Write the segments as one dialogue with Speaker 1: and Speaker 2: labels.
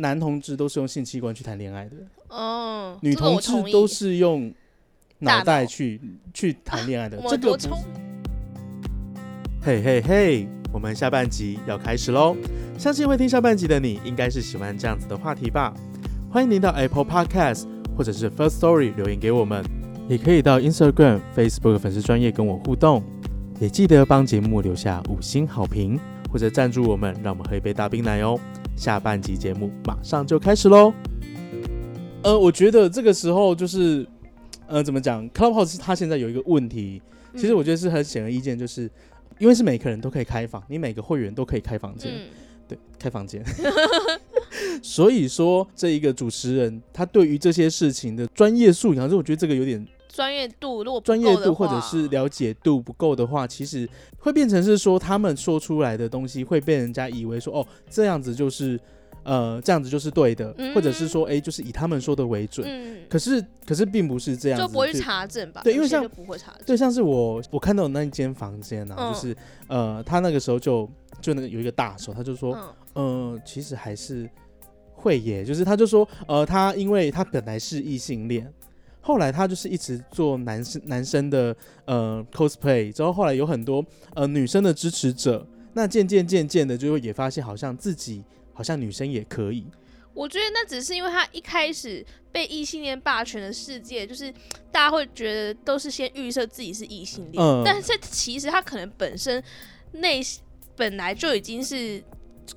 Speaker 1: 男同志都是用性器官去谈恋爱的，
Speaker 2: 嗯，
Speaker 1: 女
Speaker 2: 这个
Speaker 1: 同
Speaker 2: 我
Speaker 1: 志
Speaker 2: 同意
Speaker 1: 都是用
Speaker 2: 大
Speaker 1: 脑
Speaker 2: 脑
Speaker 1: 袋去去谈恋爱的。
Speaker 2: 我
Speaker 1: 这个
Speaker 2: 我
Speaker 1: 不是
Speaker 2: 充
Speaker 3: 嘿嘿嘿，我们下半集要开始喽！相信会听下半集的你，应该是喜欢这样子的话题吧？欢迎您到 Apple Podcast 或者是 First Story 留言给我们，也可以到 Instagram、Facebook 粉丝专业跟我互动，也记得帮节目留下五星好评或者赞助我们，让我们喝一杯大冰奶哦！下半集节目马上就开始喽！
Speaker 1: 呃，我觉得这个时候就是，呃，怎么讲？Clubhouse 它现在有一个问题，其
Speaker 2: 嗯
Speaker 1: 实我觉得是很显而易见，就是因为是每个人都可以开房，你每个会员都可以开房间，
Speaker 2: 嗯
Speaker 1: 对，开房间。 所以说，这一个主持人他对于这些事情的专业素养，就我觉得这个有点
Speaker 2: 专业度，如果不
Speaker 1: 专业
Speaker 2: 够的
Speaker 1: 度或者
Speaker 2: 话
Speaker 1: 是了解度不够的话，其实会变成是说他们说出来的东西会被人家以为说哦这样子就是呃这样子就是对的，
Speaker 2: 嗯
Speaker 1: 或者是说哎就是以他们说的为准。
Speaker 2: 嗯，
Speaker 1: 可是可是并不是这样子，
Speaker 2: 就不会去
Speaker 1: 对
Speaker 2: 查证吧？
Speaker 1: 对因为
Speaker 2: 有些
Speaker 1: 像
Speaker 2: 就不会查证，
Speaker 1: 对，像是我我看到那一间房间啊，
Speaker 2: 嗯
Speaker 1: 就是呃，他那个时候就就那个有一个大手，他就说，
Speaker 2: 嗯
Speaker 1: 嗯、呃，其实还是会耶，就是他就说，呃，他因为他本来是异性恋。后来他就是一直做男生男生的呃 cosplay，之后后来有很多呃女生的支持者，那渐渐渐渐的就会也发现好像自己好像女生也可以，
Speaker 2: 我觉得那只是因为他一开始被异性恋霸权的世界，就是大家会觉得都是先预设自己是异性恋，
Speaker 1: 嗯
Speaker 2: 但是其实他可能本身内心本来就已经是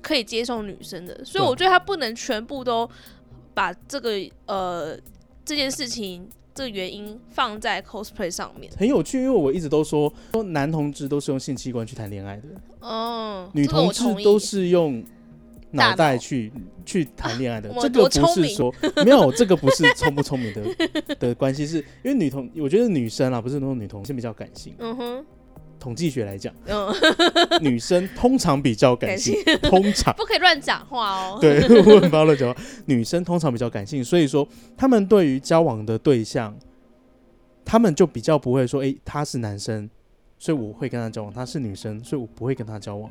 Speaker 2: 可以接受女生的，所以
Speaker 1: 对
Speaker 2: 我觉得他不能全部都把这个呃这件事情这个原因放在 cosplay 上面。
Speaker 1: 很有趣，因为我一直都说说男同志都是用性器官去谈恋爱的，
Speaker 2: 嗯，
Speaker 1: 哦女
Speaker 2: 这个
Speaker 1: 同
Speaker 2: 我
Speaker 1: 志
Speaker 2: 同意
Speaker 1: 都是用
Speaker 2: 大
Speaker 1: 脑
Speaker 2: 脑
Speaker 1: 袋去去谈恋爱的
Speaker 2: 啊，我
Speaker 1: 这个
Speaker 2: 我
Speaker 1: 不
Speaker 2: 聪
Speaker 1: 是
Speaker 2: 明
Speaker 1: 说没有，这个不是聪不聪明的的关系，是因为女同，我觉得女生啊，不是那种女同性比较感性，
Speaker 2: 嗯哼，
Speaker 1: 统计学来讲，
Speaker 2: 嗯，
Speaker 1: 女生通常比较感性，通常。
Speaker 2: 不可以乱讲话 哦。
Speaker 1: 对， 我很包了讲，女生通常比较感性，所以说她们对于交往的对象，她们就比较不会说，诶，他是男生，所以我会跟他交往；他是女生，所以我不会跟他交往。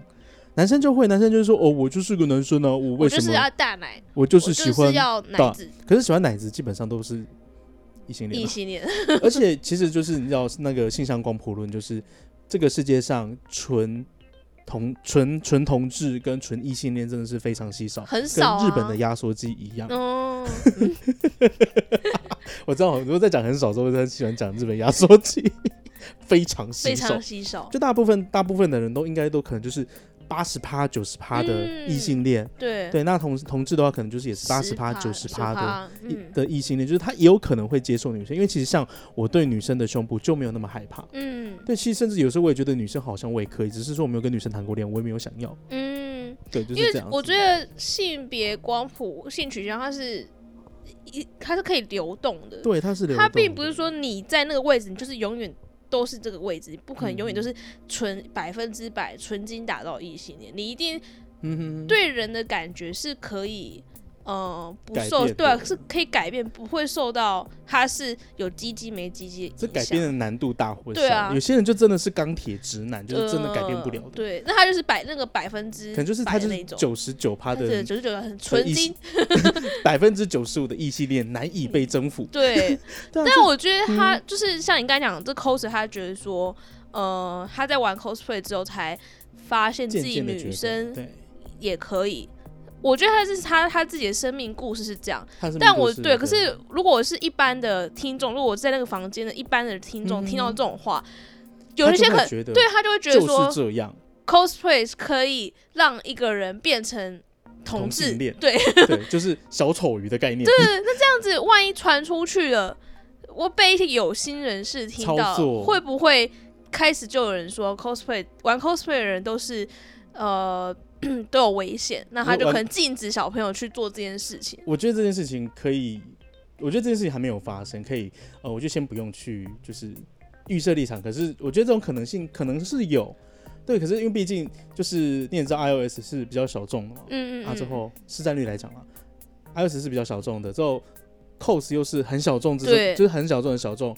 Speaker 1: 男生就会，男生就是说，哦，我就是个男生呢、我
Speaker 2: 我
Speaker 1: 为
Speaker 2: 就
Speaker 1: 什
Speaker 2: 是
Speaker 1: 么？
Speaker 2: 要大奶，
Speaker 1: 哦我
Speaker 2: 我
Speaker 1: 就是喜欢，
Speaker 2: 要
Speaker 1: 大
Speaker 2: 奶子
Speaker 1: 可是喜欢奶子基本上都是异性恋
Speaker 2: 异
Speaker 1: 啊，
Speaker 2: 性恋。
Speaker 1: 而且其实就是你知道那个性向光谱论，就是这个世界上纯同纯纯同志跟纯异性恋真的是非常稀少，
Speaker 2: 很
Speaker 1: 跟
Speaker 2: 少、啊、
Speaker 1: 日本的压缩机一样。
Speaker 2: 嗯，
Speaker 1: 我知道，我果在讲很少的时候，我很喜欢讲日本压缩机， 非常稀
Speaker 2: 非
Speaker 1: 少
Speaker 2: 常。稀少。
Speaker 1: 就大部分大部分的人都应该都可能就是八十趴、九十趴的
Speaker 2: 嗯
Speaker 1: 异性恋，
Speaker 2: 对，
Speaker 1: 对，那同同志的话，可能就是也是八十趴、
Speaker 2: 趴、
Speaker 1: 九十趴的。
Speaker 2: 的
Speaker 1: 异
Speaker 2: 嗯
Speaker 1: 的异性恋，就是他也有可能会接受女生，因为其实像我对女生的胸部就没有那么害怕。
Speaker 2: 嗯
Speaker 1: 对，其实甚至有时候我也觉得女生好像我也可以，只是说我没有跟女生谈过恋爱，我也没有想要。
Speaker 2: 嗯，
Speaker 1: 对，就
Speaker 2: 因
Speaker 1: 是这
Speaker 2: 为
Speaker 1: 样。
Speaker 2: 我觉，得性别光谱、性取向它是一，它是可以流动的，
Speaker 1: 对，他是流
Speaker 2: 它
Speaker 1: 动
Speaker 2: 并
Speaker 1: 的
Speaker 2: 不是说你在那个位置，你就是永远。都是这个位置，你不可
Speaker 1: 嗯
Speaker 2: 能永远都是纯百分之百纯金打造异性恋，你一定
Speaker 1: 嗯哼哼，
Speaker 2: 对人的感觉是可以，呃，不
Speaker 1: 改
Speaker 2: 受
Speaker 1: 变
Speaker 2: 对、啊，
Speaker 1: 的
Speaker 2: 是可以改变，不会受到它是有鸡鸡没鸡鸡的
Speaker 1: 这
Speaker 2: 影
Speaker 1: 改
Speaker 2: 响
Speaker 1: 变的难度大或
Speaker 2: 对
Speaker 1: 小，
Speaker 2: 啊
Speaker 1: 有些人就真的是钢铁直男，就是真的改变不了
Speaker 2: 呃
Speaker 1: 的。
Speaker 2: 对，那他就是百那个百分之，
Speaker 1: 可能就是他就
Speaker 2: 那
Speaker 1: 是
Speaker 2: 种，
Speaker 1: 九十九趴
Speaker 2: 对
Speaker 1: 的
Speaker 2: 九十九很纯
Speaker 1: 异
Speaker 2: 金
Speaker 1: 性，百分之九十五的异性恋难以被征服。
Speaker 2: 对。
Speaker 1: 但
Speaker 2: 但我觉得
Speaker 1: 嗯
Speaker 2: 他就是像你刚才讲的这 coser，他觉得说，呃，他在玩 cosplay 之后才发现自
Speaker 1: 渐
Speaker 2: 己
Speaker 1: 渐的
Speaker 2: 女生
Speaker 1: 对，
Speaker 2: 也可以。我觉得他是他他自己的生命故事是这样，
Speaker 1: 他是
Speaker 2: 但
Speaker 1: 民族
Speaker 2: 我
Speaker 1: 式
Speaker 2: 对，
Speaker 1: 的
Speaker 2: 可是如果我是一般的听众，如果我在那个房间的一般的听众、
Speaker 1: 嗯
Speaker 2: 听到这种话，有
Speaker 1: 他
Speaker 2: 一
Speaker 1: 就
Speaker 2: 些可
Speaker 1: 会
Speaker 2: 能
Speaker 1: 觉得
Speaker 2: 对他就会觉得说
Speaker 1: 就是这 样，
Speaker 2: cosplay 可以让一个人变成同
Speaker 1: 同
Speaker 2: 志，
Speaker 1: 性恋
Speaker 2: 对，
Speaker 1: 对，就是小丑鱼的概念，
Speaker 2: 这样子万一传出去了，我被一些有心人士听
Speaker 1: 操，
Speaker 2: 到
Speaker 1: 作
Speaker 2: 会不会开始就有人说 cosplay 玩 cosplay 的人都是呃 都有危险？那他就可能禁止小朋友去做这件事情。
Speaker 1: 我觉得这件事情可以，我觉得这件事情还没有发生，可以，呃，我就先不用去就是预设立场。可是我觉得这种可能性可能是有，对。可是因为毕竟就是你也知道 iOS 是比较小众的嘛，
Speaker 2: 嗯嗯
Speaker 1: 啊，之
Speaker 2: 嗯，
Speaker 1: 后市占率来讲嘛，iOS 是比较小众的，之后 cos 又是很小众之中，
Speaker 2: 对
Speaker 1: 就是很小众很小众，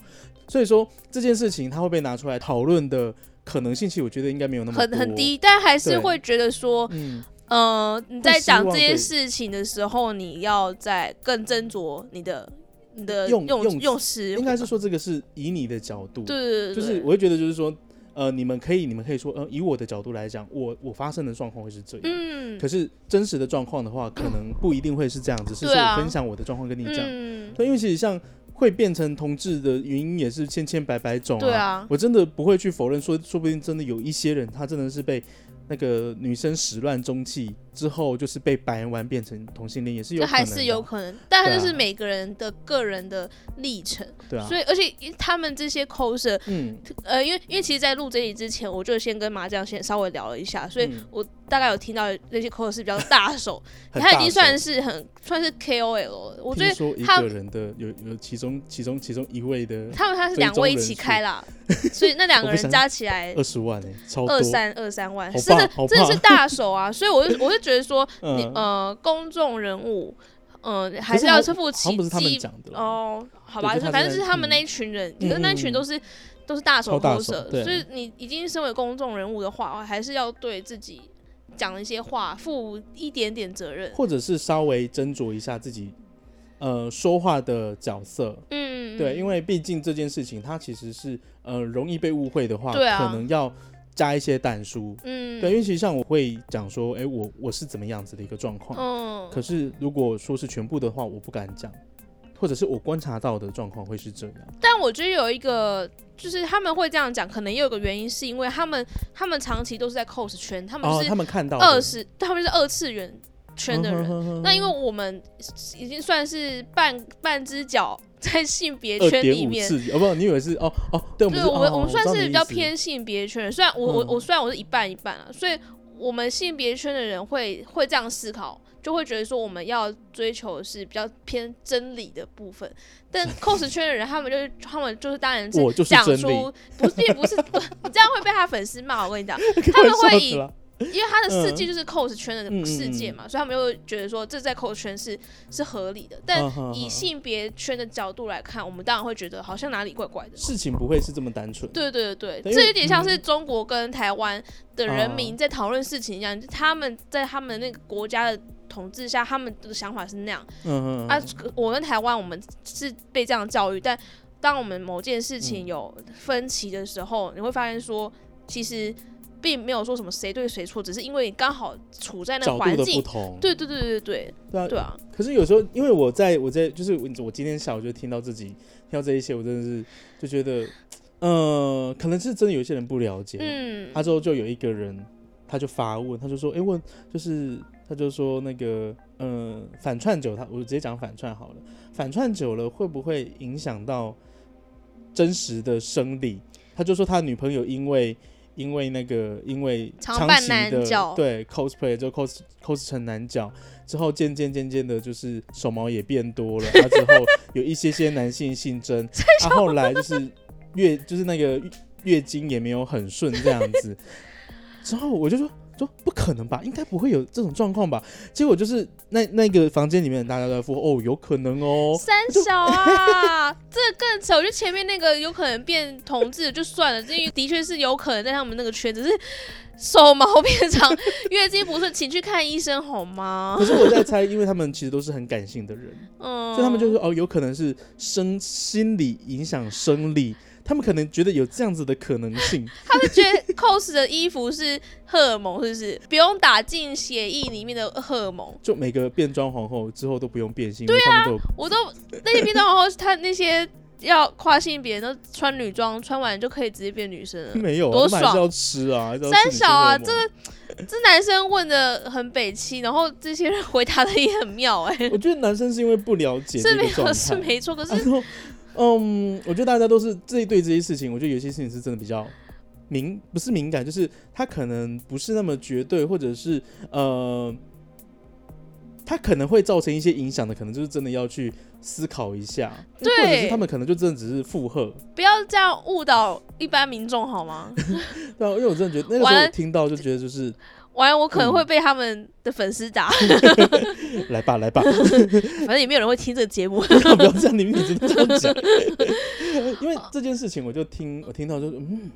Speaker 1: 所以说这件事情它会被拿出来讨论的可能性，其实我觉得应该没有那么
Speaker 2: 很
Speaker 1: 多
Speaker 2: 很，低，但还是
Speaker 1: 对
Speaker 2: 会觉得说，
Speaker 1: 嗯，
Speaker 2: 呃，你在
Speaker 1: 会希
Speaker 2: 讲
Speaker 1: 望
Speaker 2: 这些
Speaker 1: 对
Speaker 2: 事情的时候，你要再更斟酌你的你的
Speaker 1: 用用
Speaker 2: 用
Speaker 1: 词
Speaker 2: 用词，
Speaker 1: 应该是说这个是以你的角度，
Speaker 2: 对对对，
Speaker 1: 就是
Speaker 2: 对
Speaker 1: 我会觉得就是说，呃，你们可以你们可以说，呃，以我的角度来讲，我我发生的状况会是这样。
Speaker 2: 嗯
Speaker 1: 可是真实的状况的话，可能不一定会是这样，只是
Speaker 2: 对啊
Speaker 1: 我分享我的状况跟你讲。
Speaker 2: 嗯，
Speaker 1: 对，因为其实像会变成同志的原因也是千千百百种
Speaker 2: 对啊，
Speaker 1: 我真的不会去否认说，说不定真的有一些人，他真的是被那个女生始乱终弃之后，就是被白完变成同性恋，也是有
Speaker 2: 这
Speaker 1: 可能的啊，
Speaker 2: 还是有可能，但
Speaker 1: 对
Speaker 2: 它
Speaker 1: 啊
Speaker 2: 就是每个人的个人的历程，
Speaker 1: 对啊
Speaker 2: 所，以而且他们这些 coser，
Speaker 1: 嗯，
Speaker 2: 呃，因为因为其实，在录这里之前，我就先跟麻将先稍微聊了一下，所以
Speaker 1: 嗯
Speaker 2: 我大概有听到那些 coser 比较大 手，
Speaker 1: 很
Speaker 2: 他已
Speaker 1: 大
Speaker 2: 经
Speaker 1: 手
Speaker 2: 算是很算是 KOL，了我觉
Speaker 1: 听
Speaker 2: 得
Speaker 1: 说一
Speaker 2: 他
Speaker 1: 个人的有有其中其中其中一位的
Speaker 2: 他们他是
Speaker 1: 追
Speaker 2: 两
Speaker 1: 踪
Speaker 2: 位一
Speaker 1: 人
Speaker 2: 起
Speaker 1: 数
Speaker 2: 开啦，所以那两个
Speaker 1: 我不想
Speaker 2: 人加起来
Speaker 1: 二十万哎、超多
Speaker 2: 二，三二三万，
Speaker 1: 好
Speaker 2: 真的
Speaker 1: 棒好
Speaker 2: 真的
Speaker 1: 棒
Speaker 2: 是大手啊！所以我就我就觉得说，你
Speaker 1: 嗯，
Speaker 2: 呃，公众人物，呃，还
Speaker 1: 可
Speaker 2: 是
Speaker 1: 好
Speaker 2: 要负
Speaker 1: 好
Speaker 2: 起
Speaker 1: 像不是他们
Speaker 2: 基
Speaker 1: 讲的啦，
Speaker 2: 哦，好吧，
Speaker 1: 啊对就他
Speaker 2: 就反正
Speaker 1: 是
Speaker 2: 就是他们
Speaker 1: 嗯
Speaker 2: 那一群人，可
Speaker 1: 嗯
Speaker 2: 是那一
Speaker 1: 嗯
Speaker 2: 群
Speaker 1: 嗯
Speaker 2: 都是都是大手
Speaker 1: 超大
Speaker 2: 抠
Speaker 1: 手
Speaker 2: 手，
Speaker 1: 对
Speaker 2: 所以你已经身为公众人物的话，还是要对自己讲一些话，负一点点责任。
Speaker 1: 或者是稍微斟酌一下自己呃说话的角色，
Speaker 2: 嗯，
Speaker 1: 对，因
Speaker 2: 为
Speaker 1: 为毕竟这件事情它其实是呃容易被误会的话，
Speaker 2: 对啊
Speaker 1: 可能要加一些淡书。
Speaker 2: 嗯，
Speaker 1: 对，因为其实像我会讲说，哎、我我是怎么样子的一个状况，
Speaker 2: 嗯，
Speaker 1: 可是如果说是全部的话，我不敢讲，或者是我观察到的状况会是这样。
Speaker 2: 但我觉得有一个，就是他们会这样讲，可能也有个原因，是因为他们他们长期都是在 cos 圈，他们
Speaker 1: 哦，
Speaker 2: 是
Speaker 1: 他们看到的嗯
Speaker 2: 二十、他们是二次元圈的人。
Speaker 1: 人
Speaker 2: 那因为我们已经算是半半只脚在性别
Speaker 1: 二
Speaker 2: 圈
Speaker 1: 点
Speaker 2: 里
Speaker 1: 五
Speaker 2: 面，
Speaker 1: 次元，哦不，你以为是哦哦，对，我们
Speaker 2: 对
Speaker 1: 是
Speaker 2: 我们、
Speaker 1: 哦
Speaker 2: 我们算
Speaker 1: 知道你
Speaker 2: 是
Speaker 1: 的
Speaker 2: 比较
Speaker 1: 意思
Speaker 2: 偏性别圈。虽然我、我
Speaker 1: 嗯
Speaker 2: 我虽然我是一半一半啊，所以我们性别圈的人会会这样思考，就会觉得说我们要追求的是比较偏真理的部分。 但 cos 圈的人，他们就是他们就是当然是
Speaker 1: 我就是
Speaker 2: 讲
Speaker 1: 真理
Speaker 2: 出， 不是并不是不，你这样会被他粉丝骂。我跟你讲，
Speaker 1: 开玩
Speaker 2: 们会
Speaker 1: 笑
Speaker 2: 以
Speaker 1: 的啦
Speaker 2: 因为他的世界就是 cos 圈
Speaker 1: 嗯嗯嗯嗯
Speaker 2: 的世界嘛，所以他们就会觉得说这在 cos 圈是是合理的。但
Speaker 1: 嗯哼
Speaker 2: 以
Speaker 1: 哼
Speaker 2: 性别圈的角度来看，我们当然会觉得好像哪里怪怪的。
Speaker 1: 事情不会是这么单纯，
Speaker 2: 对对
Speaker 1: 对
Speaker 2: 对对，
Speaker 1: 因为嗯
Speaker 2: 这有点像是中国跟台湾的人
Speaker 1: 哦
Speaker 2: 民在讨论事情一样，就他们在他们那个国家的统治下，他们的想法是那样。
Speaker 1: 嗯嗯
Speaker 2: 啊，我跟台湾我们是被这样教育，但当我们某件事
Speaker 1: 嗯
Speaker 2: 情有分歧的时候，你会发现说，其实并没有说什么谁对谁错，只是因为你刚好处在那个
Speaker 1: 角
Speaker 2: 环
Speaker 1: 度的不
Speaker 2: 境。
Speaker 1: 同，
Speaker 2: 对对对对对
Speaker 1: 对啊
Speaker 2: 对对啊！
Speaker 1: 可是有时候，因为我在我在就是我我今天下午就听到自己听到这一些，我真的是就觉得，呃，可能是真的有一些人不了解。
Speaker 2: 嗯
Speaker 1: 他之后就有一个人，他就发问，他就说，哎、问就是他就说那个，嗯、反串久他，我直接讲反串好了，反串久了会不会影响到真实的生理？他就说他女朋友因为。因为那个，因为
Speaker 2: 常
Speaker 1: 长
Speaker 2: 扮
Speaker 1: 期
Speaker 2: 男
Speaker 1: 的
Speaker 2: 角
Speaker 1: 对 cosplay 就 cos cos 成男角，之后渐渐渐渐的，就是手毛也变多了，啊，之后有一些些男性性征，啊，后来就是月就是那个月月经也没有很顺这样子，之后我就说说不可能吧，应该不会有这种状况吧，结果就是那那个房间里面大家都在说哦，有可能哦，
Speaker 2: 三小啊， 这更扯！我觉得前面那个有可能变同志就算了，因为的确是有可能在他们那个圈，只是手毛变长，月经不顺，请去看医生好 吗
Speaker 1: 可？是我在猜，因为他们其实都是很感性的人，
Speaker 2: 嗯，
Speaker 1: 所以他们就说哦，有可能是生心理影响生理，他们可能觉得有这样子的可能性，
Speaker 2: 他们觉得 cos 的衣服是荷尔蒙，是不是？不用打进血液里面的荷尔蒙。
Speaker 1: 就每个变装皇后之后都不用变性，对啊，都有
Speaker 2: 我都那些变装皇后，她那些要跨性别都穿女装，穿完就可以直接变女生 了。
Speaker 1: 没有啊，
Speaker 2: 多
Speaker 1: 他们还是
Speaker 2: 爽
Speaker 1: 要吃啊，还是要吃
Speaker 2: 三
Speaker 1: 你性
Speaker 2: 小啊，
Speaker 1: 荷尔蒙
Speaker 2: 这这男生问的很北气，然后这些人回答的也很妙哎、
Speaker 1: 我觉得男生是因为不了解
Speaker 2: 是
Speaker 1: 这
Speaker 2: 没
Speaker 1: 个状态，
Speaker 2: 有是没错，可 是
Speaker 1: 然后，嗯，我觉得大家都是这一对这些事情，我觉得有些事情是真的比较敏，不是敏感，就是他可能不是那么绝对，或者是呃，他可能会造成一些影响的，可能就是真的要去思考一下，
Speaker 2: 对
Speaker 1: 或者是他们可能就真的只是附和，
Speaker 2: 不要这样误导一般民众好吗？
Speaker 1: 对、啊，因为我真的觉得那个时
Speaker 2: 完
Speaker 1: 候
Speaker 2: 了
Speaker 1: 我听到就觉得就是
Speaker 2: 完了我可能
Speaker 1: 嗯
Speaker 2: 会被他们的粉丝 打，
Speaker 1: 来吧来吧，
Speaker 2: 反正也没有人会听这个节目。
Speaker 1: 不要这样，你们只能
Speaker 2: 哦
Speaker 1: 这样讲，因为这件事情我就听我听到就嗯。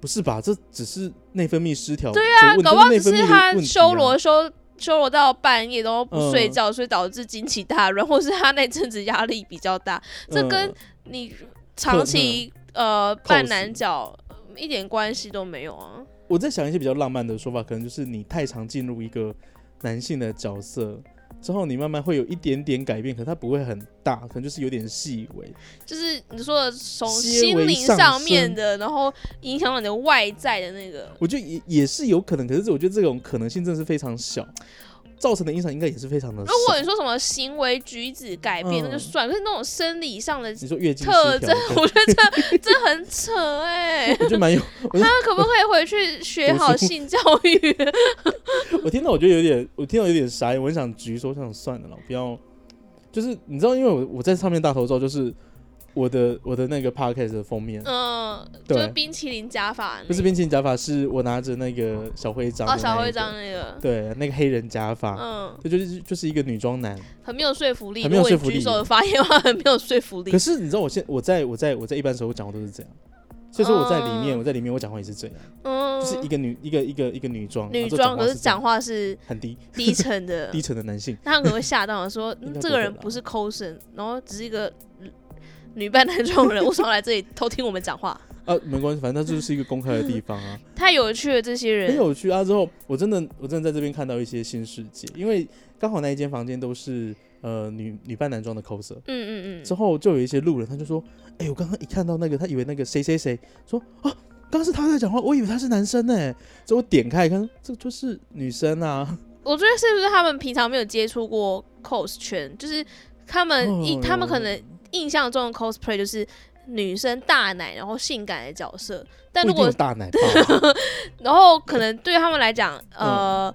Speaker 1: 不是吧？这只是内分泌失调，
Speaker 2: 对
Speaker 1: 啊
Speaker 2: 搞不好只是他
Speaker 1: 他
Speaker 2: 修罗修修罗到半夜都不
Speaker 1: 嗯
Speaker 2: 睡觉，所以导致经期大乱，或是他那阵子压力比较大，这
Speaker 1: 嗯
Speaker 2: 跟你长期呃半男角一点关系都没有啊。
Speaker 1: 我在想一些比较浪漫的说法，可能就是你太常进入一个男性的角色之后，你慢慢会有一点点改变，可它不会很大，可能就是有点细微。
Speaker 2: 就是你说的从
Speaker 1: 些微
Speaker 2: 心灵
Speaker 1: 上
Speaker 2: 上面
Speaker 1: 升
Speaker 2: 的，然后影响到你的外在的那个。
Speaker 1: 我觉得也也是有可能，可是我觉得这种可能性真的是非常小，造成的影响应该也是非常的少。
Speaker 2: 如果你说什么行为举止改
Speaker 1: 嗯
Speaker 2: 变，那就算了，可是那种生理上的
Speaker 1: 你说月经失
Speaker 2: 特
Speaker 1: 调
Speaker 2: 征，
Speaker 1: 对
Speaker 2: 我觉得这这很扯哎、
Speaker 1: 我觉得蛮有，
Speaker 2: 他可不可以回去学好性教育？
Speaker 1: 我听到我觉得有点，我听到有点傻眼，我很想举手，我想算了啦，我不要。就是你知道，因为我我在上面大头照，就是我的我的那个 podcast 的封面，
Speaker 2: 嗯，
Speaker 1: 对
Speaker 2: 就是冰淇淋假发，
Speaker 1: 不是冰淇淋假发，是我拿着那个小徽章的
Speaker 2: 哦，
Speaker 1: 那一个，
Speaker 2: 小徽章那个，
Speaker 1: 对，那个黑人假发，
Speaker 2: 嗯，
Speaker 1: 这、就是就是一个女装男。
Speaker 2: 很没有说服力。
Speaker 1: 很没有
Speaker 2: 如果你
Speaker 1: 说服力
Speaker 2: 举手的发言的话，很没有说服力
Speaker 1: 可。是你知道，我现我在我在我在一般时候讲话都是这样，所以说我在里面、
Speaker 2: 嗯
Speaker 1: 我在里面我讲话也是这样，
Speaker 2: 嗯，
Speaker 1: 就是一个女一个一个一个女装，
Speaker 2: 女
Speaker 1: 然后
Speaker 2: 装，
Speaker 1: 这
Speaker 2: 可是
Speaker 1: 这样
Speaker 2: 讲话嗯是
Speaker 1: 很低
Speaker 2: 低沉 的
Speaker 1: 低，沉的男性，
Speaker 2: 他可能会吓到说，
Speaker 1: 应
Speaker 2: 嗯
Speaker 1: 该不
Speaker 2: 这个
Speaker 1: 会
Speaker 2: 人
Speaker 1: 啦
Speaker 2: 不是抠神，然后只是一个嗯女扮男装的人，为什么来这里偷听我们讲话？
Speaker 1: 啊，没关系，反正它就是一个公开的地方啊。
Speaker 2: 太有趣了，这些
Speaker 1: 很
Speaker 2: 人。
Speaker 1: 有趣啊！之后我真的我真的在这边看到一些新世界，因为刚好那一间房间都是呃女女扮男装的 coser。
Speaker 2: 嗯嗯
Speaker 1: 之
Speaker 2: 嗯，
Speaker 1: 后就有一些路人，他就说：“哎、我刚刚一看到那个，他以为那个谁谁谁说啊，刚刚是他在讲话，我以为他是男生呢、之后我点开一看，这就是女生啊。
Speaker 2: 我觉得是不是他们平常没有接触过 cos 圈，就是他们一、
Speaker 1: 哦
Speaker 2: 他们可能印象中的 cosplay 就是女生大奶然后性感的角色，但
Speaker 1: 不
Speaker 2: 如
Speaker 1: 一定
Speaker 2: 果
Speaker 1: 有大奶爸 啊
Speaker 2: 然后可能对他们来讲，呃，
Speaker 1: 嗯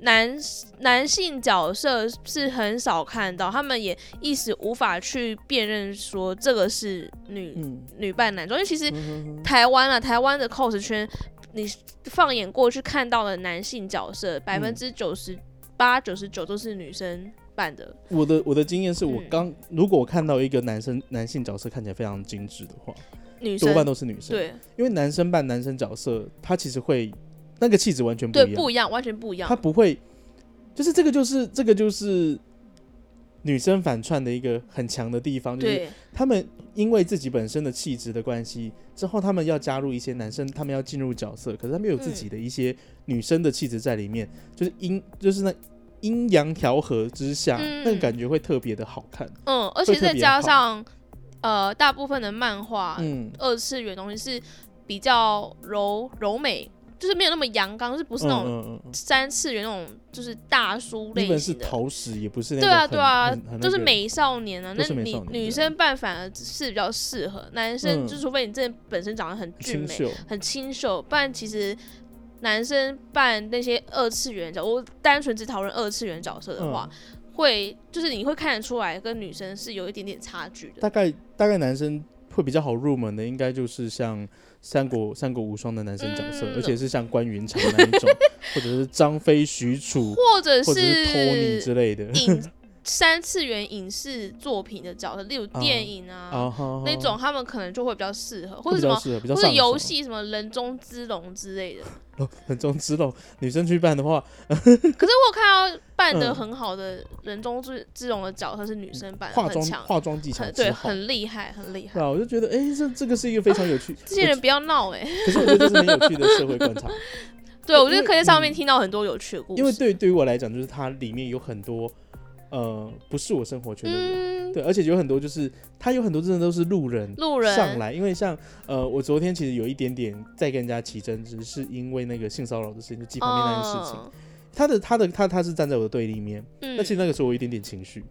Speaker 2: 男男性角色是很少看到，他们也一时无法去辨认说这个是女、
Speaker 1: 嗯，
Speaker 2: 女扮男装，因为其实
Speaker 1: 嗯
Speaker 2: 台湾啊，台湾的 cos 圈，你放眼过去看到的男性角色，
Speaker 1: 嗯
Speaker 2: 百分之九十八、九十九都是女生扮的。
Speaker 1: 我的我的经验是我
Speaker 2: 嗯
Speaker 1: 刚、如果我看到一个男生男性角色看起来非常精致的话，
Speaker 2: 女
Speaker 1: 多
Speaker 2: 生
Speaker 1: 半都是女生，
Speaker 2: 对
Speaker 1: 因为男生扮男生角色，他其实会那个气质完全不
Speaker 2: 对
Speaker 1: 一样
Speaker 2: 不。一样，完全不一样
Speaker 1: 他。不会，就是这个就是这个就是女生反串的一个很强的地方，就是
Speaker 2: 对，
Speaker 1: 他们因为自己本身的气质的关系，之后他们要加入一些男生，他们要进入角色，可是他们有自己的一些女生的气质在里面，就是阴就是那阴阳调和之下，
Speaker 2: 嗯
Speaker 1: 那个感觉会特别的好看，
Speaker 2: 嗯，而
Speaker 1: 会
Speaker 2: 且
Speaker 1: 特
Speaker 2: 再
Speaker 1: 别
Speaker 2: 加
Speaker 1: 好
Speaker 2: 上呃，大部分的漫画、
Speaker 1: 嗯。
Speaker 2: 二次元东西是比较柔柔美，就是没有那么阳刚，就是不是那种
Speaker 1: 嗯嗯嗯
Speaker 2: 三次元那种，就是大叔
Speaker 1: 日
Speaker 2: 类
Speaker 1: 本是
Speaker 2: 型的。
Speaker 1: 桃石，也不是那
Speaker 2: 对
Speaker 1: 种
Speaker 2: 啊，
Speaker 1: 很
Speaker 2: 对啊
Speaker 1: 很很，那
Speaker 2: 就是
Speaker 1: 个
Speaker 2: 美少年啊。
Speaker 1: 都
Speaker 2: 那
Speaker 1: 是美
Speaker 2: 你
Speaker 1: 少年
Speaker 2: 女
Speaker 1: 对
Speaker 2: 生扮反而是比较适合，男生
Speaker 1: 嗯
Speaker 2: 就除非你真的本身长得很俊
Speaker 1: 清
Speaker 2: 美、
Speaker 1: 秀，
Speaker 2: 很清秀，不然其实男生扮那些二次元角，我单纯只讨论二次元角色的话，
Speaker 1: 嗯
Speaker 2: 会就是你会看得出来跟女生是有一点点差距的。
Speaker 1: 大概大概男生会比较好入门的，应该就是像三国三国无双的男生角色，
Speaker 2: 嗯
Speaker 1: 而且是像关云长那一 种，或者是张飞、许褚，
Speaker 2: 或者
Speaker 1: 或者是托尼之类的
Speaker 2: 影三次元影视作品的角色，例如电影 啊、
Speaker 1: 啊，哈
Speaker 2: 那种，他们可能就会比较适合，或
Speaker 1: 会比
Speaker 2: 者什
Speaker 1: 较
Speaker 2: 么。
Speaker 1: 适合，比较
Speaker 2: 或
Speaker 1: 上
Speaker 2: 者
Speaker 1: 手
Speaker 2: 游戏什么人中之龙之类的，
Speaker 1: 哦，很中之龙，女生去办的话，
Speaker 2: 可是我有看到扮的
Speaker 1: 嗯
Speaker 2: 很好的人中之之龙的角色是女生扮的，
Speaker 1: 化
Speaker 2: 很
Speaker 1: 妆
Speaker 2: 强，
Speaker 1: 化妆技巧
Speaker 2: 很
Speaker 1: 之
Speaker 2: 对，
Speaker 1: 好。
Speaker 2: 很厉害，很厉害
Speaker 1: 对。啊，我就觉得，哎、这这个是一个非常有趣，
Speaker 2: 这些人不要闹哎、
Speaker 1: 我可是我觉得这是很有趣的社会 观察，
Speaker 2: 对，我
Speaker 1: 因
Speaker 2: 觉得
Speaker 1: 为
Speaker 2: 可以在上面
Speaker 1: 嗯
Speaker 2: 听到很多有趣的故事。
Speaker 1: 因为对对于我来讲，就是它里面有很多，呃，不是我生活圈的人，
Speaker 2: 嗯，
Speaker 1: 对，而且有很多就是他有很多真的都是路人
Speaker 2: 路人
Speaker 1: 上来，因为像呃，我昨天其实有一点点在跟人家起争执，是因为那个性骚扰的事情，就鸡旁边那件事情。
Speaker 2: 嗯
Speaker 1: 他的他的他他是站在我的对立面，
Speaker 2: 嗯，
Speaker 1: 那其实那个时候我有一点点情绪，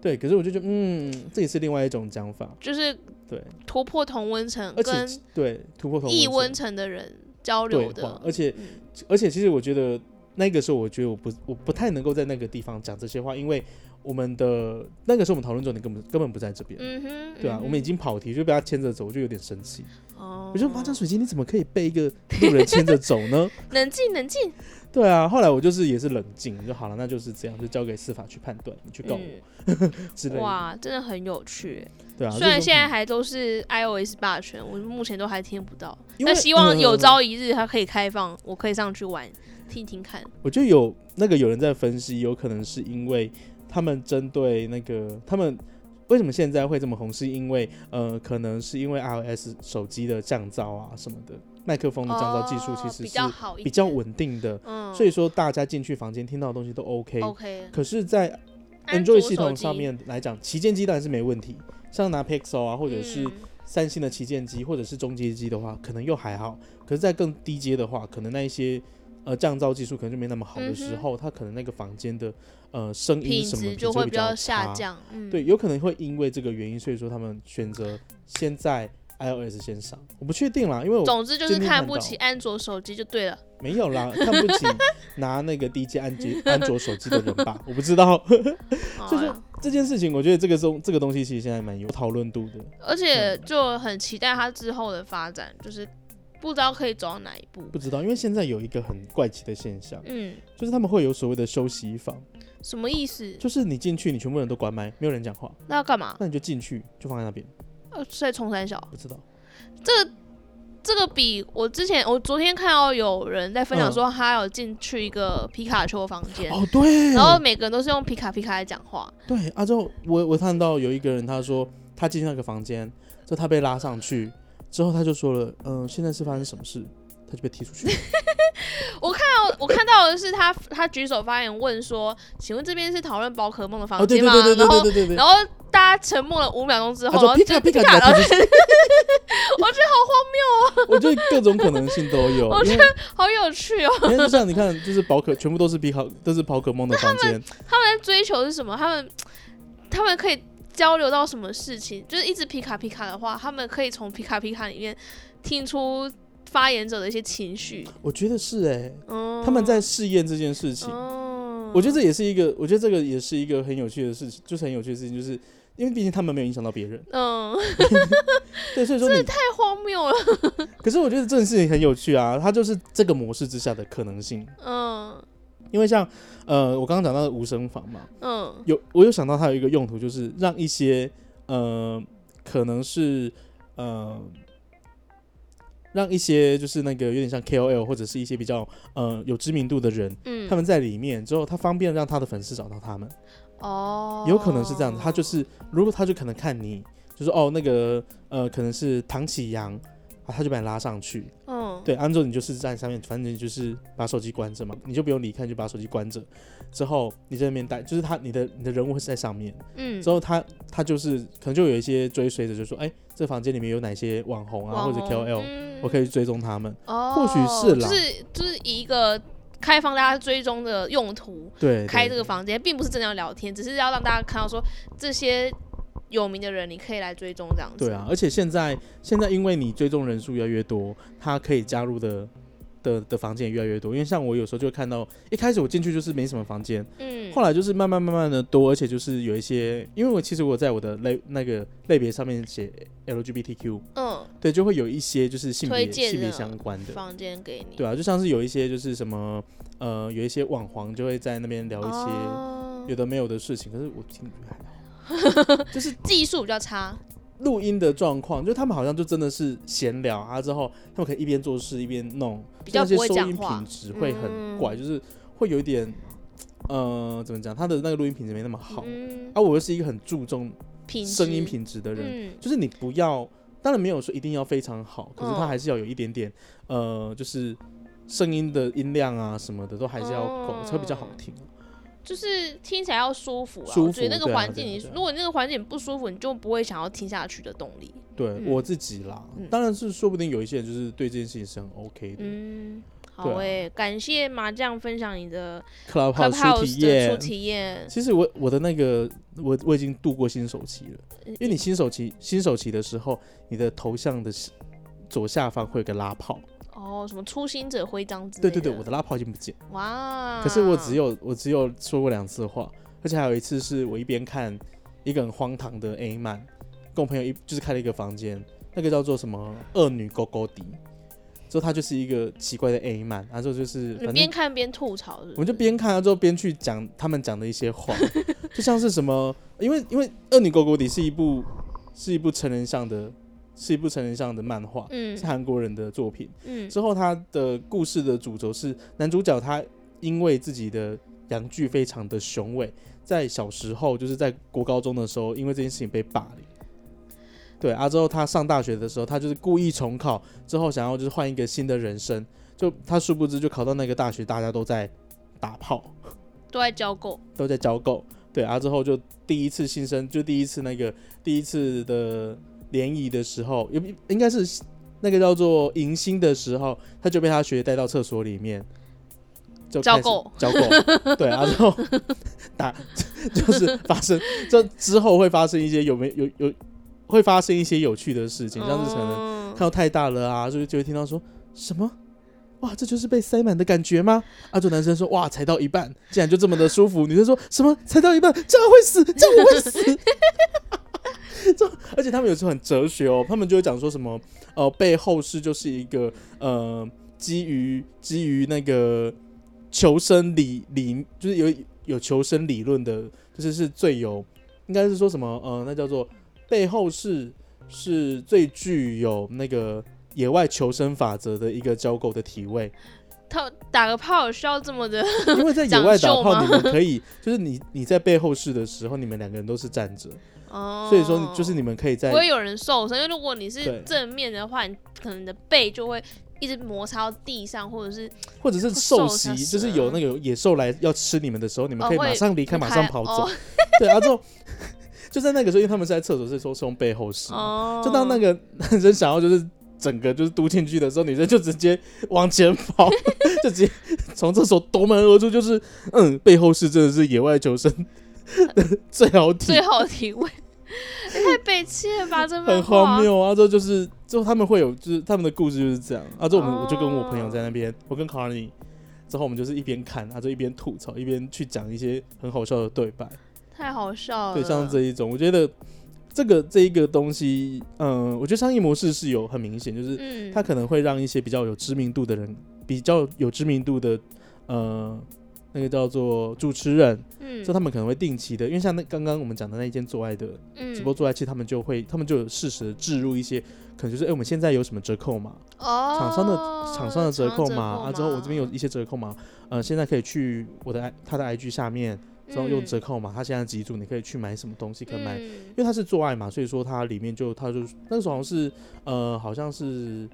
Speaker 1: 对，可是我就觉得嗯，这也是另外一种讲法，
Speaker 2: 就是
Speaker 1: 对，
Speaker 2: 突破同温层
Speaker 1: 而
Speaker 2: 跟
Speaker 1: 且对突破同
Speaker 2: 异温
Speaker 1: 温层
Speaker 2: 层的人交
Speaker 1: 对
Speaker 2: 流
Speaker 1: 话
Speaker 2: 的，，
Speaker 1: 而且
Speaker 2: 嗯
Speaker 1: 而且其实我觉得那个时候我觉得我不我不太能够在那个地方讲这些话，因为。我们的那个时候我们讨论重点根本根本不在这边，
Speaker 2: 嗯哼，
Speaker 1: 对啊，我们已经跑题，就被他牵着走，我就有点生气。
Speaker 2: 哦，
Speaker 1: 我就麻将水晶，你怎么可以被一个路人牵着走 呢？
Speaker 2: 冷静冷静，
Speaker 1: 对啊，后来我就是也是冷静，就好了，那就是这样，就交给司法去判断，你去告我、
Speaker 2: 嗯，
Speaker 1: 之类的，
Speaker 2: 哇，真的很有趣。
Speaker 1: 对啊。
Speaker 2: 虽然
Speaker 1: 就是
Speaker 2: 现在还都是 iOS 霸权，我目前都还听不到，
Speaker 1: 因为
Speaker 2: 但希望有
Speaker 1: 呃
Speaker 2: 朝一日它可以开放，我可以上去玩听听看。
Speaker 1: 我觉得有那个有人在分析，有可能是因为他们针对那个他们为什么现在会这么红，是因为呃，可能是因为 iOS 手机的降噪啊什么的，麦克风的降噪技术
Speaker 2: 哦
Speaker 1: 其实
Speaker 2: 比
Speaker 1: 是
Speaker 2: 较好一点，
Speaker 1: 比较稳定的，
Speaker 2: 嗯，
Speaker 1: 所以说大家进去房间听到的东西都 OK。
Speaker 2: OK。
Speaker 1: 可是，在
Speaker 2: 安
Speaker 1: Android
Speaker 2: 卓
Speaker 1: 系
Speaker 2: 手
Speaker 1: 统
Speaker 2: 机
Speaker 1: 上面来讲，旗舰机当然是没问题，像拿 Pixel 啊，或者是
Speaker 2: 嗯
Speaker 1: 三星的旗舰机或者是中阶机的话，可能又还好。可是，在更低阶的话，可能那一些呃降噪技术可能就没那么好的时候，它可能那个房间的呃声音
Speaker 2: 嗯品
Speaker 1: 什么
Speaker 2: 质
Speaker 1: 的就
Speaker 2: 就会
Speaker 1: 比
Speaker 2: 较
Speaker 1: 较
Speaker 2: 下
Speaker 1: 差。
Speaker 2: 降，嗯，
Speaker 1: 对，有可能会因为这个原因，所以说他们选择先在 iOS 先上。我不确定啦，因为我
Speaker 2: 总之就是
Speaker 1: 今天
Speaker 2: 看
Speaker 1: 看
Speaker 2: 不
Speaker 1: 到
Speaker 2: 起安卓手机就对了。
Speaker 1: 没有啦，看不起拿那个低阶安卓安卓手机的人吧，我不知道。
Speaker 2: 好
Speaker 1: 就是
Speaker 2: 啦
Speaker 1: 这件事情，我觉得这个东这个东西其实现在蛮有讨论度的。
Speaker 2: 而且
Speaker 1: 嗯
Speaker 2: 就很期待它之后的发展，就是不知道可以走到哪一步。
Speaker 1: 不知道，因为现在有一个很怪奇的现象，
Speaker 2: 嗯，
Speaker 1: 就是他们会有所谓的休息房，
Speaker 2: 什么意思？
Speaker 1: 就是你进去，你全部人都关麦，没有人讲话，
Speaker 2: 那要干嘛？
Speaker 1: 那你就进去，就放在那边，
Speaker 2: 呃，是在冲三小。
Speaker 1: 不知道。
Speaker 2: 这个这个比我之前我昨天看到有人在
Speaker 1: 嗯
Speaker 2: 分享说，他有进去一个皮卡丘房间，
Speaker 1: 哦，对，
Speaker 2: 然后每个人都是用皮卡皮卡来讲话。
Speaker 1: 对，啊，之后我我看到有一个人，他说他进去那个房间，之后他被拉上去，之后他就说了，嗯、现在是发生什么事，他就被踢出去。
Speaker 2: 那我看到的是他他举手发言问说，请问这边是讨论宝可梦的
Speaker 1: 哦，
Speaker 2: 房
Speaker 1: 对
Speaker 2: 间
Speaker 1: 对
Speaker 2: 吗？
Speaker 1: 对对
Speaker 2: 然
Speaker 1: 对
Speaker 2: 后
Speaker 1: 对对对，
Speaker 2: 然后大家沉默了五秒钟之
Speaker 1: 他
Speaker 2: 后，然
Speaker 1: 说
Speaker 2: 后
Speaker 1: 皮卡
Speaker 2: 就
Speaker 1: 皮卡，
Speaker 2: 然
Speaker 1: 然后
Speaker 2: 后
Speaker 1: 他就
Speaker 2: 我觉得
Speaker 1: 我觉得各种可能性都有，
Speaker 2: 我
Speaker 1: 因为
Speaker 2: 好好有趣哦。
Speaker 1: 因为就像你看，就是宝可全部都是皮卡，都是宝可梦的房间，
Speaker 2: 他们在追求是什么？他们他们可以交流到什么事情？就是一直皮卡皮卡的话，他们可以从皮卡皮卡里面听出发言者的一些情绪。
Speaker 1: 我觉得是哎、
Speaker 2: 嗯，
Speaker 1: 他们在试验这件事情。
Speaker 2: 嗯，
Speaker 1: 我觉得这也是一个，我觉得这个也是一个很有趣的事情，就是很有趣的事情，就是因为毕竟他们没有影响到别人，
Speaker 2: 嗯
Speaker 1: 对，所以说你，
Speaker 2: 太荒谬了。
Speaker 1: 可是我觉得这件事情很有趣啊，它就是这个模式之下的可能性，
Speaker 2: 嗯
Speaker 1: 因为像呃，我刚刚讲到的无声房嘛，
Speaker 2: 嗯
Speaker 1: 有我有想到它有一个用途，就是让一些呃，可能是呃。让一些就是那个有点像 KOL 或者是一些比较呃有知名度的人，
Speaker 2: 嗯，
Speaker 1: 他们在里面之后，他方便让他的粉丝找到他们。
Speaker 2: 哦，
Speaker 1: 有可能是这样子，他就是如果他就可能看你，就是哦那个呃可能是唐启阳啊，他就把你拉上去，
Speaker 2: 嗯
Speaker 1: 对，安卓你就是在上面，反正你就是把手机关着嘛，你就不用离开，你就把手机关着，之后你在那边待，就是他你的你的人物会是在上面，
Speaker 2: 嗯
Speaker 1: 之后他他就是可能就有一些追随者就说，哎、这房间里面有哪些网红啊或
Speaker 2: 网
Speaker 1: 者
Speaker 2: 红
Speaker 1: KOL，、
Speaker 2: 嗯
Speaker 1: 我可以去追踪他们，
Speaker 2: 哦，
Speaker 1: 或许是啦
Speaker 2: 就是就是以一个开放大家追踪的用途，
Speaker 1: 对，
Speaker 2: 开
Speaker 1: 对
Speaker 2: 这个房间，并不是真的要聊天，只是要让大家看到说这些有名的人，你可以来追踪这样子。
Speaker 1: 对啊，，而且现在现在因为你追踪人数越来越多，他可以加入的的的房间也越来越多。因为像我有时候就会看到，一开始我进去就是没什么房间，
Speaker 2: 嗯，
Speaker 1: 后来就是慢慢慢慢的多，而且就是有一些，因为我其实我在我的类那个类别上面写 LGBTQ，
Speaker 2: 嗯，
Speaker 1: 对，就会有一些就是性
Speaker 2: 推
Speaker 1: 别
Speaker 2: 荐
Speaker 1: 性别
Speaker 2: 的
Speaker 1: 相关的，
Speaker 2: 房间给你，
Speaker 1: 对啊，就像是有一些就是什么呃，有一些网黄就会在那边聊一些。
Speaker 2: 哦
Speaker 1: 有的没有的事情，可是我听还好， 就是
Speaker 2: 技术比较差，
Speaker 1: 录音的状况，就他们好像就真的是闲聊啊，之后他们可以一边做事一边弄，
Speaker 2: 比较
Speaker 1: 就
Speaker 2: 不
Speaker 1: 那些
Speaker 2: 会
Speaker 1: 收
Speaker 2: 讲
Speaker 1: 音
Speaker 2: 话
Speaker 1: 品，质会很
Speaker 2: 嗯
Speaker 1: 怪，就是会有一点，呃，怎么讲，他的那个录音品质没那么好。
Speaker 2: 嗯，
Speaker 1: 啊，我又是一个很注重
Speaker 2: 品质
Speaker 1: 声音品质的人，
Speaker 2: 嗯
Speaker 1: 就是你不要，当然没有说一定要非常好，可是他
Speaker 2: 嗯
Speaker 1: 还是要有一点点，呃，就是声音的音量啊什么的都还是要够，
Speaker 2: 哦
Speaker 1: 才会比较好听。啊
Speaker 2: 就是听起来要舒服啊。
Speaker 1: 舒服
Speaker 2: 我觉得那
Speaker 1: 对
Speaker 2: 个
Speaker 1: 啊
Speaker 2: 环
Speaker 1: 对
Speaker 2: 境
Speaker 1: 啊
Speaker 2: 你，
Speaker 1: 对啊
Speaker 2: 如果那个环境不舒服，你就不会想要听下去的动力。
Speaker 1: 对、
Speaker 2: 嗯
Speaker 1: 我自己啦，
Speaker 2: 嗯
Speaker 1: 当然是说不定有一些人就是对这件事情是很 OK 的。
Speaker 2: 嗯，
Speaker 1: 对
Speaker 2: 好
Speaker 1: 啊
Speaker 2: 诶、感谢麻酱分享你的
Speaker 1: Clubhouse 初
Speaker 2: Clubhouse
Speaker 1: 体
Speaker 2: 的初
Speaker 1: 验，
Speaker 2: 体验。
Speaker 1: 其实我我的那个我我已经度过新手期了，
Speaker 2: 嗯
Speaker 1: 因为你新手期新手期的时候，你的头像的是左下方会有个拉炮，
Speaker 2: 哦，什么初心者徽章之类
Speaker 1: 对
Speaker 2: 的。嗯
Speaker 1: 对对，我的拉炮已经不见，
Speaker 2: 哇！
Speaker 1: 可是我只有我只有说过两次话，而且还有一次是我一边看一个很荒唐的 A 漫，跟我朋友一就是开了一个房间，那个叫做什么“恶女勾勾迪”，之后它就是一个奇怪的 A 漫，然后就是
Speaker 2: 你
Speaker 1: 反正
Speaker 2: 边看边吐槽是不是，
Speaker 1: 我们就边看了之后边去讲他们讲的一些 话，就像是什么，因为因为《恶女狗狗底》是一部是一部成人向的，是一部成人向的漫画，
Speaker 2: 嗯
Speaker 1: 是韩国人的作品。
Speaker 2: 嗯
Speaker 1: 之后他的故事的主轴是男主角他因为自己的阳具非常的雄伟，在小时候就是在国高中的时候，因为这件事情被霸凌。对啊，之后他上大学的时候，他就是故意重考，之后想要就是换一个新的人生，就他殊不知就考到那个大学，大家都在打炮，
Speaker 2: 都在交购，
Speaker 1: 都在交媾。对啊，之后就第一次新生，就第一次那个第一次的联谊的时候，也不应该是那个叫做迎新的时候，他就被他学姐带到厕所里面，就
Speaker 2: 交
Speaker 1: 开始
Speaker 2: 媾，
Speaker 1: 交媾，对啊，然后打 就是发生，这之后会发生一些有没有有会发生一些有趣的事情，像是可能
Speaker 2: 能
Speaker 1: 看到太大了啊，就就会听到说什么。哇，这就是被塞满的感觉吗？啊，就男生说哇，才到一半，竟然就这么的舒服。女生说什么才到一半，这样会死，这样我会死。 这而且他们有时候很哲学哦，他们就会讲说什么呃，背后是就是一个呃，基于基于那个求生理理，就是有有求生理论的，就是是最有应该是说什么呃，那叫做背后是是最具有那个野外求生法则的一个交狗的体 位，
Speaker 2: 他打个炮有需要 这么的，
Speaker 1: 因为在野外打炮，
Speaker 2: 长
Speaker 1: 你
Speaker 2: 袖
Speaker 1: 们可以就是你你在背后式的时候，你们两个人都是站着，
Speaker 2: 哦，
Speaker 1: 所以说你就是你们可以在
Speaker 2: 不会有人受伤，因为如果你是
Speaker 1: 对
Speaker 2: 正面的话，你可能你的背就会一直摩擦到地上，或者是
Speaker 1: 或者是
Speaker 2: 受
Speaker 1: 受
Speaker 2: 伤
Speaker 1: 袭，
Speaker 2: 死
Speaker 1: 就是有那个野兽来要吃你们的时候，你们
Speaker 2: 哦
Speaker 1: 可以
Speaker 2: 会
Speaker 1: 马上离开，
Speaker 2: 离
Speaker 1: 马
Speaker 2: 开
Speaker 1: 上跑走。
Speaker 2: 哦
Speaker 1: 对，啊之后 就在那个时候，因为他们是在厕所，所以说是用背后式嘛。
Speaker 2: 哦，
Speaker 1: 就当那个 男生想要就是整个就是嘟进去的时候，女生就直接往前跑， 就直接从厕所夺门而出，就是嗯，背后是真的是野外求生 的最好体
Speaker 2: 最，后的体 位，太悲戚了吧，这漫
Speaker 1: 很
Speaker 2: 画
Speaker 1: 荒谬啊！之后就是之后他们会有就是他们的故事就是这样啊，之后我们、
Speaker 2: 哦
Speaker 1: 我就跟我朋友在那边，我跟卡尔尼。之后我们就是一边看，啊他就一边吐槽，一边去讲一些很好笑的对白。
Speaker 2: 太好笑了。
Speaker 1: 对，像这一种，我觉得这个这一个东西，嗯、我觉得商业模式是有很明显，就是
Speaker 2: 嗯，
Speaker 1: 它可能会让一些比较有知名度的人，比较有知名度的，呃，那个叫做主持人，
Speaker 2: 嗯
Speaker 1: 所以他们可能会定期的，因为像那刚刚我们讲的那一间做爱的直播
Speaker 2: 嗯
Speaker 1: 做爱器，他们就会，他们就有适时的置入一些，可能就是，哎、我们现在有什么折扣嘛？
Speaker 2: 哦，
Speaker 1: 厂商的厂商的折扣嘛，
Speaker 2: 嘛
Speaker 1: 啊，之后我这边
Speaker 2: 嗯
Speaker 1: 有一些折扣嘛，呃，现在可以去我的 I 他的 IG 下面，之后用折扣嘛，他现在几组，你可以去买什么东西，可以买
Speaker 2: 嗯
Speaker 1: 因为它是做爱嘛，所以说它里面就它就那个时候好像是呃好像是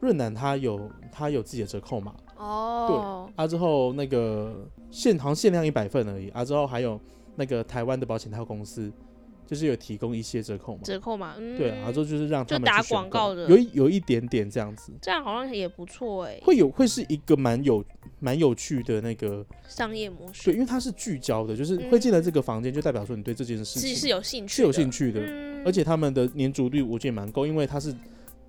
Speaker 1: 润南它有它有自己的折扣嘛，
Speaker 2: 哦，
Speaker 1: 啊之后那个限好像限量一百份而已，啊之后还有那个台湾的保险套公司就是有提供一些折扣嘛，
Speaker 2: 折扣嘛，嗯，
Speaker 1: 对啊，之后就是让他
Speaker 2: 就
Speaker 1: 们
Speaker 2: 打
Speaker 1: 去选
Speaker 2: 广告
Speaker 1: 购
Speaker 2: 的
Speaker 1: 有一有一点点这样子，
Speaker 2: 这样好像也不错哎，
Speaker 1: 会有会是一个蛮有蛮有趣的那个，
Speaker 2: 商业模
Speaker 1: 对，
Speaker 2: 式
Speaker 1: 因为它是聚焦的，就是
Speaker 2: 嗯
Speaker 1: 会进来这个房间，就代表说你对这件事
Speaker 2: 是
Speaker 1: 情
Speaker 2: 是有兴趣，
Speaker 1: 是有兴趣的，
Speaker 2: 嗯，
Speaker 1: 而且他们的粘着率我觉得也蛮够，因为它是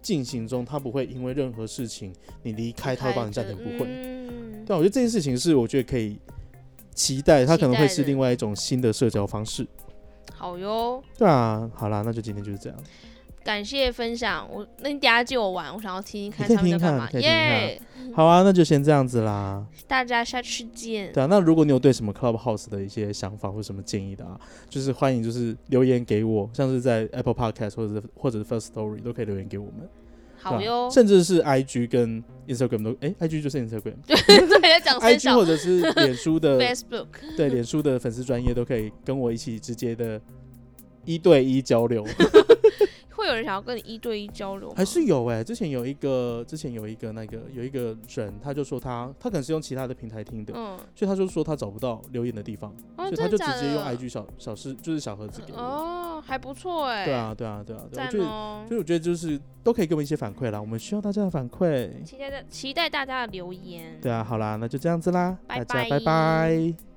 Speaker 1: 进行中，它不会因为任何事情你离开它会帮你暂停，不会。
Speaker 2: 嗯会，
Speaker 1: 对啊，我觉得这件事情是我觉得可以期待，它可能会
Speaker 2: 期待
Speaker 1: 是
Speaker 2: 的
Speaker 1: 另外一种新的社交方式。
Speaker 2: 好哟。
Speaker 1: 对啊，好啦，那就今天就是这样。
Speaker 2: 感谢分享，我那你等一下借我玩，我想要听听看
Speaker 1: 你可以
Speaker 2: 他
Speaker 1: 听听
Speaker 2: 们在干
Speaker 1: 看
Speaker 2: 嘛。
Speaker 1: 可以听
Speaker 2: 耶！
Speaker 1: 好啊，那就先这样子啦。
Speaker 2: 大家下次见。
Speaker 1: 对啊，那如果你有对什么 Clubhouse 的一些想法或什么建议的啊，就是欢迎就是留言给我，像是在 Apple Podcast 或者是或者是 First Story 都可以留言给我们。
Speaker 2: 好
Speaker 1: 对啊
Speaker 2: 哟，
Speaker 1: 甚至是 IG 跟 Instagram 都，哎、i g 就是 Instagram。
Speaker 2: 对，在讲哦分
Speaker 1: IG
Speaker 2: 享
Speaker 1: 或者是脸书 的
Speaker 2: Facebook，
Speaker 1: 对脸书的粉丝专业都可以跟我一起直接的一对一交 流，
Speaker 2: 会有人想要跟你一对一交流吗？
Speaker 1: 还是有哎、之前有一个之前有一个那个有一个人，他就说他他可能是用其他的平台听的，
Speaker 2: 嗯，
Speaker 1: 所以他就说他找不到留言的地方，
Speaker 2: 哦，
Speaker 1: 所以
Speaker 2: 真
Speaker 1: 他
Speaker 2: 的
Speaker 1: 就直
Speaker 2: 假
Speaker 1: 接用
Speaker 2: 的
Speaker 1: IG 小小事就是小盒子给我。
Speaker 2: 哦，还不错哎。
Speaker 1: 对，啊对啊对啊对啊，
Speaker 2: 赞
Speaker 1: 我觉得
Speaker 2: 哦
Speaker 1: 所。以我觉得就是都可以给我们一些反馈啦，我们需要大家的反馈。
Speaker 2: 期待大期待大家的留言。
Speaker 1: 对啊，好啦，那就这样子啦，
Speaker 2: 拜
Speaker 1: 大家
Speaker 2: 拜
Speaker 1: 拜拜